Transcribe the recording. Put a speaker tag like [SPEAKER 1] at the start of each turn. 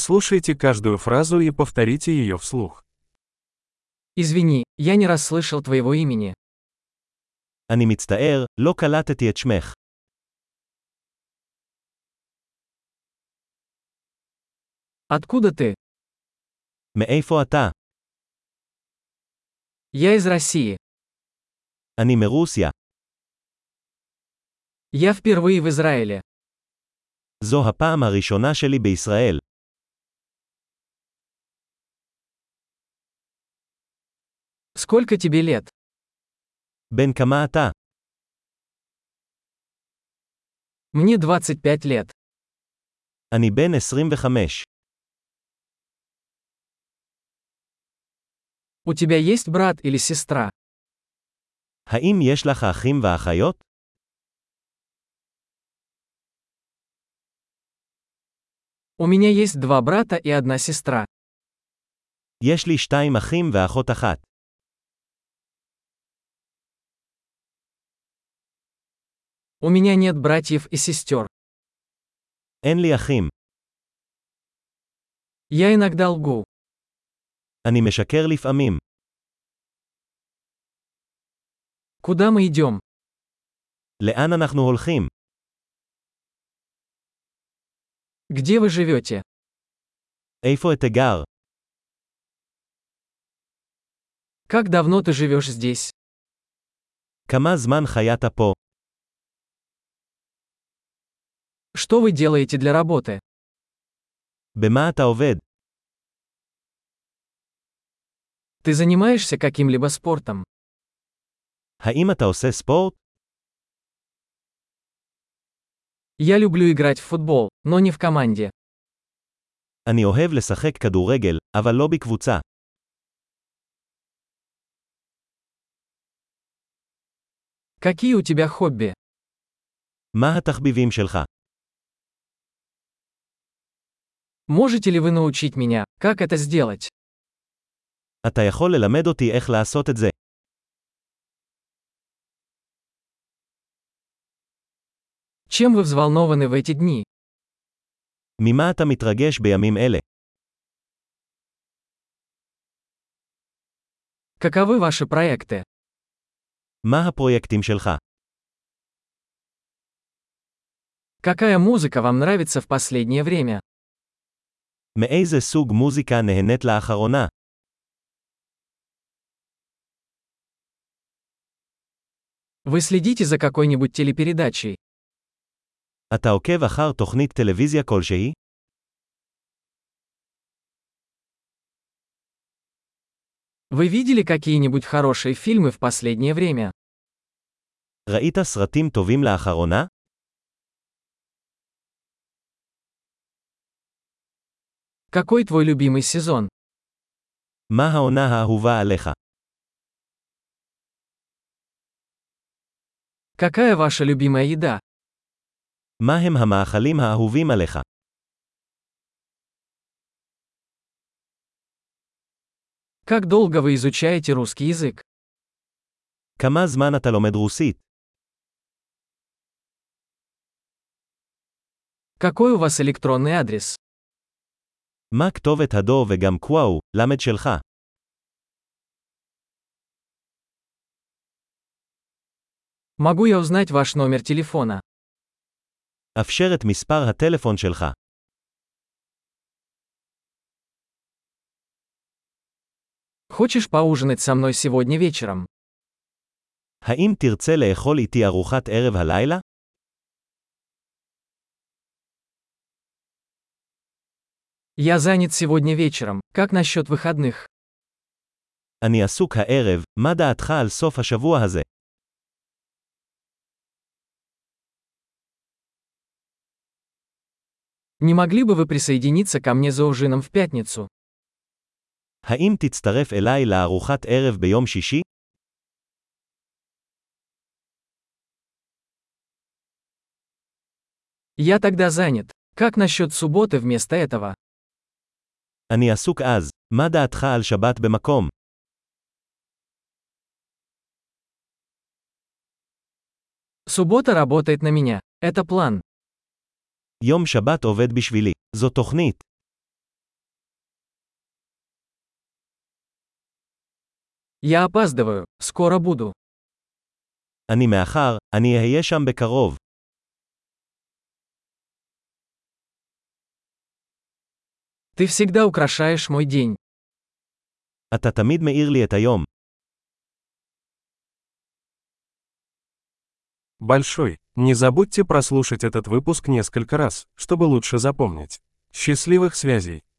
[SPEAKER 1] Прослушайте каждую фразу и повторите ее вслух.
[SPEAKER 2] Извини, я не расслышал твоего имени.
[SPEAKER 3] אני מצטער, לא קלטתי את שמך.
[SPEAKER 2] Откуда ты?
[SPEAKER 3] מאיפה אתה?
[SPEAKER 2] Я из России.
[SPEAKER 3] אני מרוסיה.
[SPEAKER 2] Я впервые в Израиле.
[SPEAKER 3] זו הפעם הראשונה שלי בישראל.
[SPEAKER 2] Сколько тебе лет?
[SPEAKER 3] בן כמה אתה?
[SPEAKER 2] Мне 25 лет.
[SPEAKER 3] אני בן 25.
[SPEAKER 2] У тебя есть брат или сестра?
[SPEAKER 3] האם יש לך אחים ואחיות?
[SPEAKER 2] У меня есть два брата и одна сестра.
[SPEAKER 3] יש לי שתיים אחים ואחות אחת.
[SPEAKER 2] У меня нет братьев и сестер.
[SPEAKER 3] אין לי אחים.
[SPEAKER 2] Я иногда лгу.
[SPEAKER 3] אני משקר לפעמים.
[SPEAKER 2] Куда мы идем?
[SPEAKER 3] לאן אנחנו הולכים?
[SPEAKER 2] Где вы живете?
[SPEAKER 3] איפה אתה גר?
[SPEAKER 2] Как давно ты живешь здесь?
[SPEAKER 3] כמה זמן חיית פה?
[SPEAKER 2] Что вы делаете для работы?
[SPEAKER 3] במה אתה עובד?
[SPEAKER 2] Ты занимаешься каким-либо спортом?
[SPEAKER 3] האם אתה עושה ספורט?
[SPEAKER 2] Я люблю играть в футбол, но не в команде.
[SPEAKER 3] אני אוהב לשחק כדורגל, אבל לא בקבוצה.
[SPEAKER 2] Какие у тебя хобби?
[SPEAKER 3] מה התחביבים שלך?
[SPEAKER 2] Можете ли вы научить меня, как это сделать?
[SPEAKER 3] אתה יכול ללמד אותי איך לעשות את זה.
[SPEAKER 2] Чем вы взволнованы в эти дни?
[SPEAKER 3] ממה אתה מתרגש בימים אלה?
[SPEAKER 2] Каковы ваши проекты?
[SPEAKER 3] מה הפרויקטים שלך?
[SPEAKER 2] Какая музыка вам нравится в последнее время?
[SPEAKER 3] מאיזה סוג מוזיקה נהנית לאחרונה?
[SPEAKER 2] Вы следите за какой-нибудь телепередачей?
[SPEAKER 3] אתה עוקב אחר תוכנית טלוויזיה כלשהי?
[SPEAKER 2] Вы видели какие-нибудь хорошие фильмы в последнее время?
[SPEAKER 3] ראית סרטים טובים לאחרונה?
[SPEAKER 2] Какой твой любимый сезон?
[SPEAKER 3] מה העונה האהובה עליך?
[SPEAKER 2] Какая ваша любимая еда?
[SPEAKER 3] מה הם המאכלים האהובים עליך?
[SPEAKER 2] Как долго вы изучаете русский язык?
[SPEAKER 3] כמה זמן אתה לומד רוסית?
[SPEAKER 2] Какой у вас электронный адрес?
[SPEAKER 3] מה כתובת הדו וגם קוואו, למד שלך?
[SPEAKER 2] Могу я узнать ваш номер телефона?
[SPEAKER 3] אפשר את מספר הטלפון שלך.
[SPEAKER 2] Хочешь поужинать со мной сегодня вечером?
[SPEAKER 3] האם תרצה לאכול איתי ארוחת ערב הלילה?
[SPEAKER 2] Я занят сегодня вечером. Как насчет выходных?
[SPEAKER 3] אני עסוק הערב, מה דעתך על סוף השבוע הזה?
[SPEAKER 2] Не могли бы вы присоединиться ко мне за ужином в пятницу?
[SPEAKER 3] האם תצטרף אליי לארוחת ערב ביום שישי?
[SPEAKER 2] Я тогда занят. Как насчет субботы вместо этого?
[SPEAKER 3] אני עסוק אז, מה דעתך על שבת במקום?
[SPEAKER 2] Суббота работает на меня. Это план.
[SPEAKER 3] יום שבת עובד בשבילי, זו תוכנית.
[SPEAKER 2] Я опаздываю, скоро буду.
[SPEAKER 3] אני מאחר, אני אהיה שם בקרוב.
[SPEAKER 2] Ты всегда украшаешь мой день.
[SPEAKER 3] אתה תמיד מאיר לי את היום.
[SPEAKER 1] Большой. Не забудьте прослушать этот выпуск несколько раз, чтобы лучше запомнить. Счастливых связей!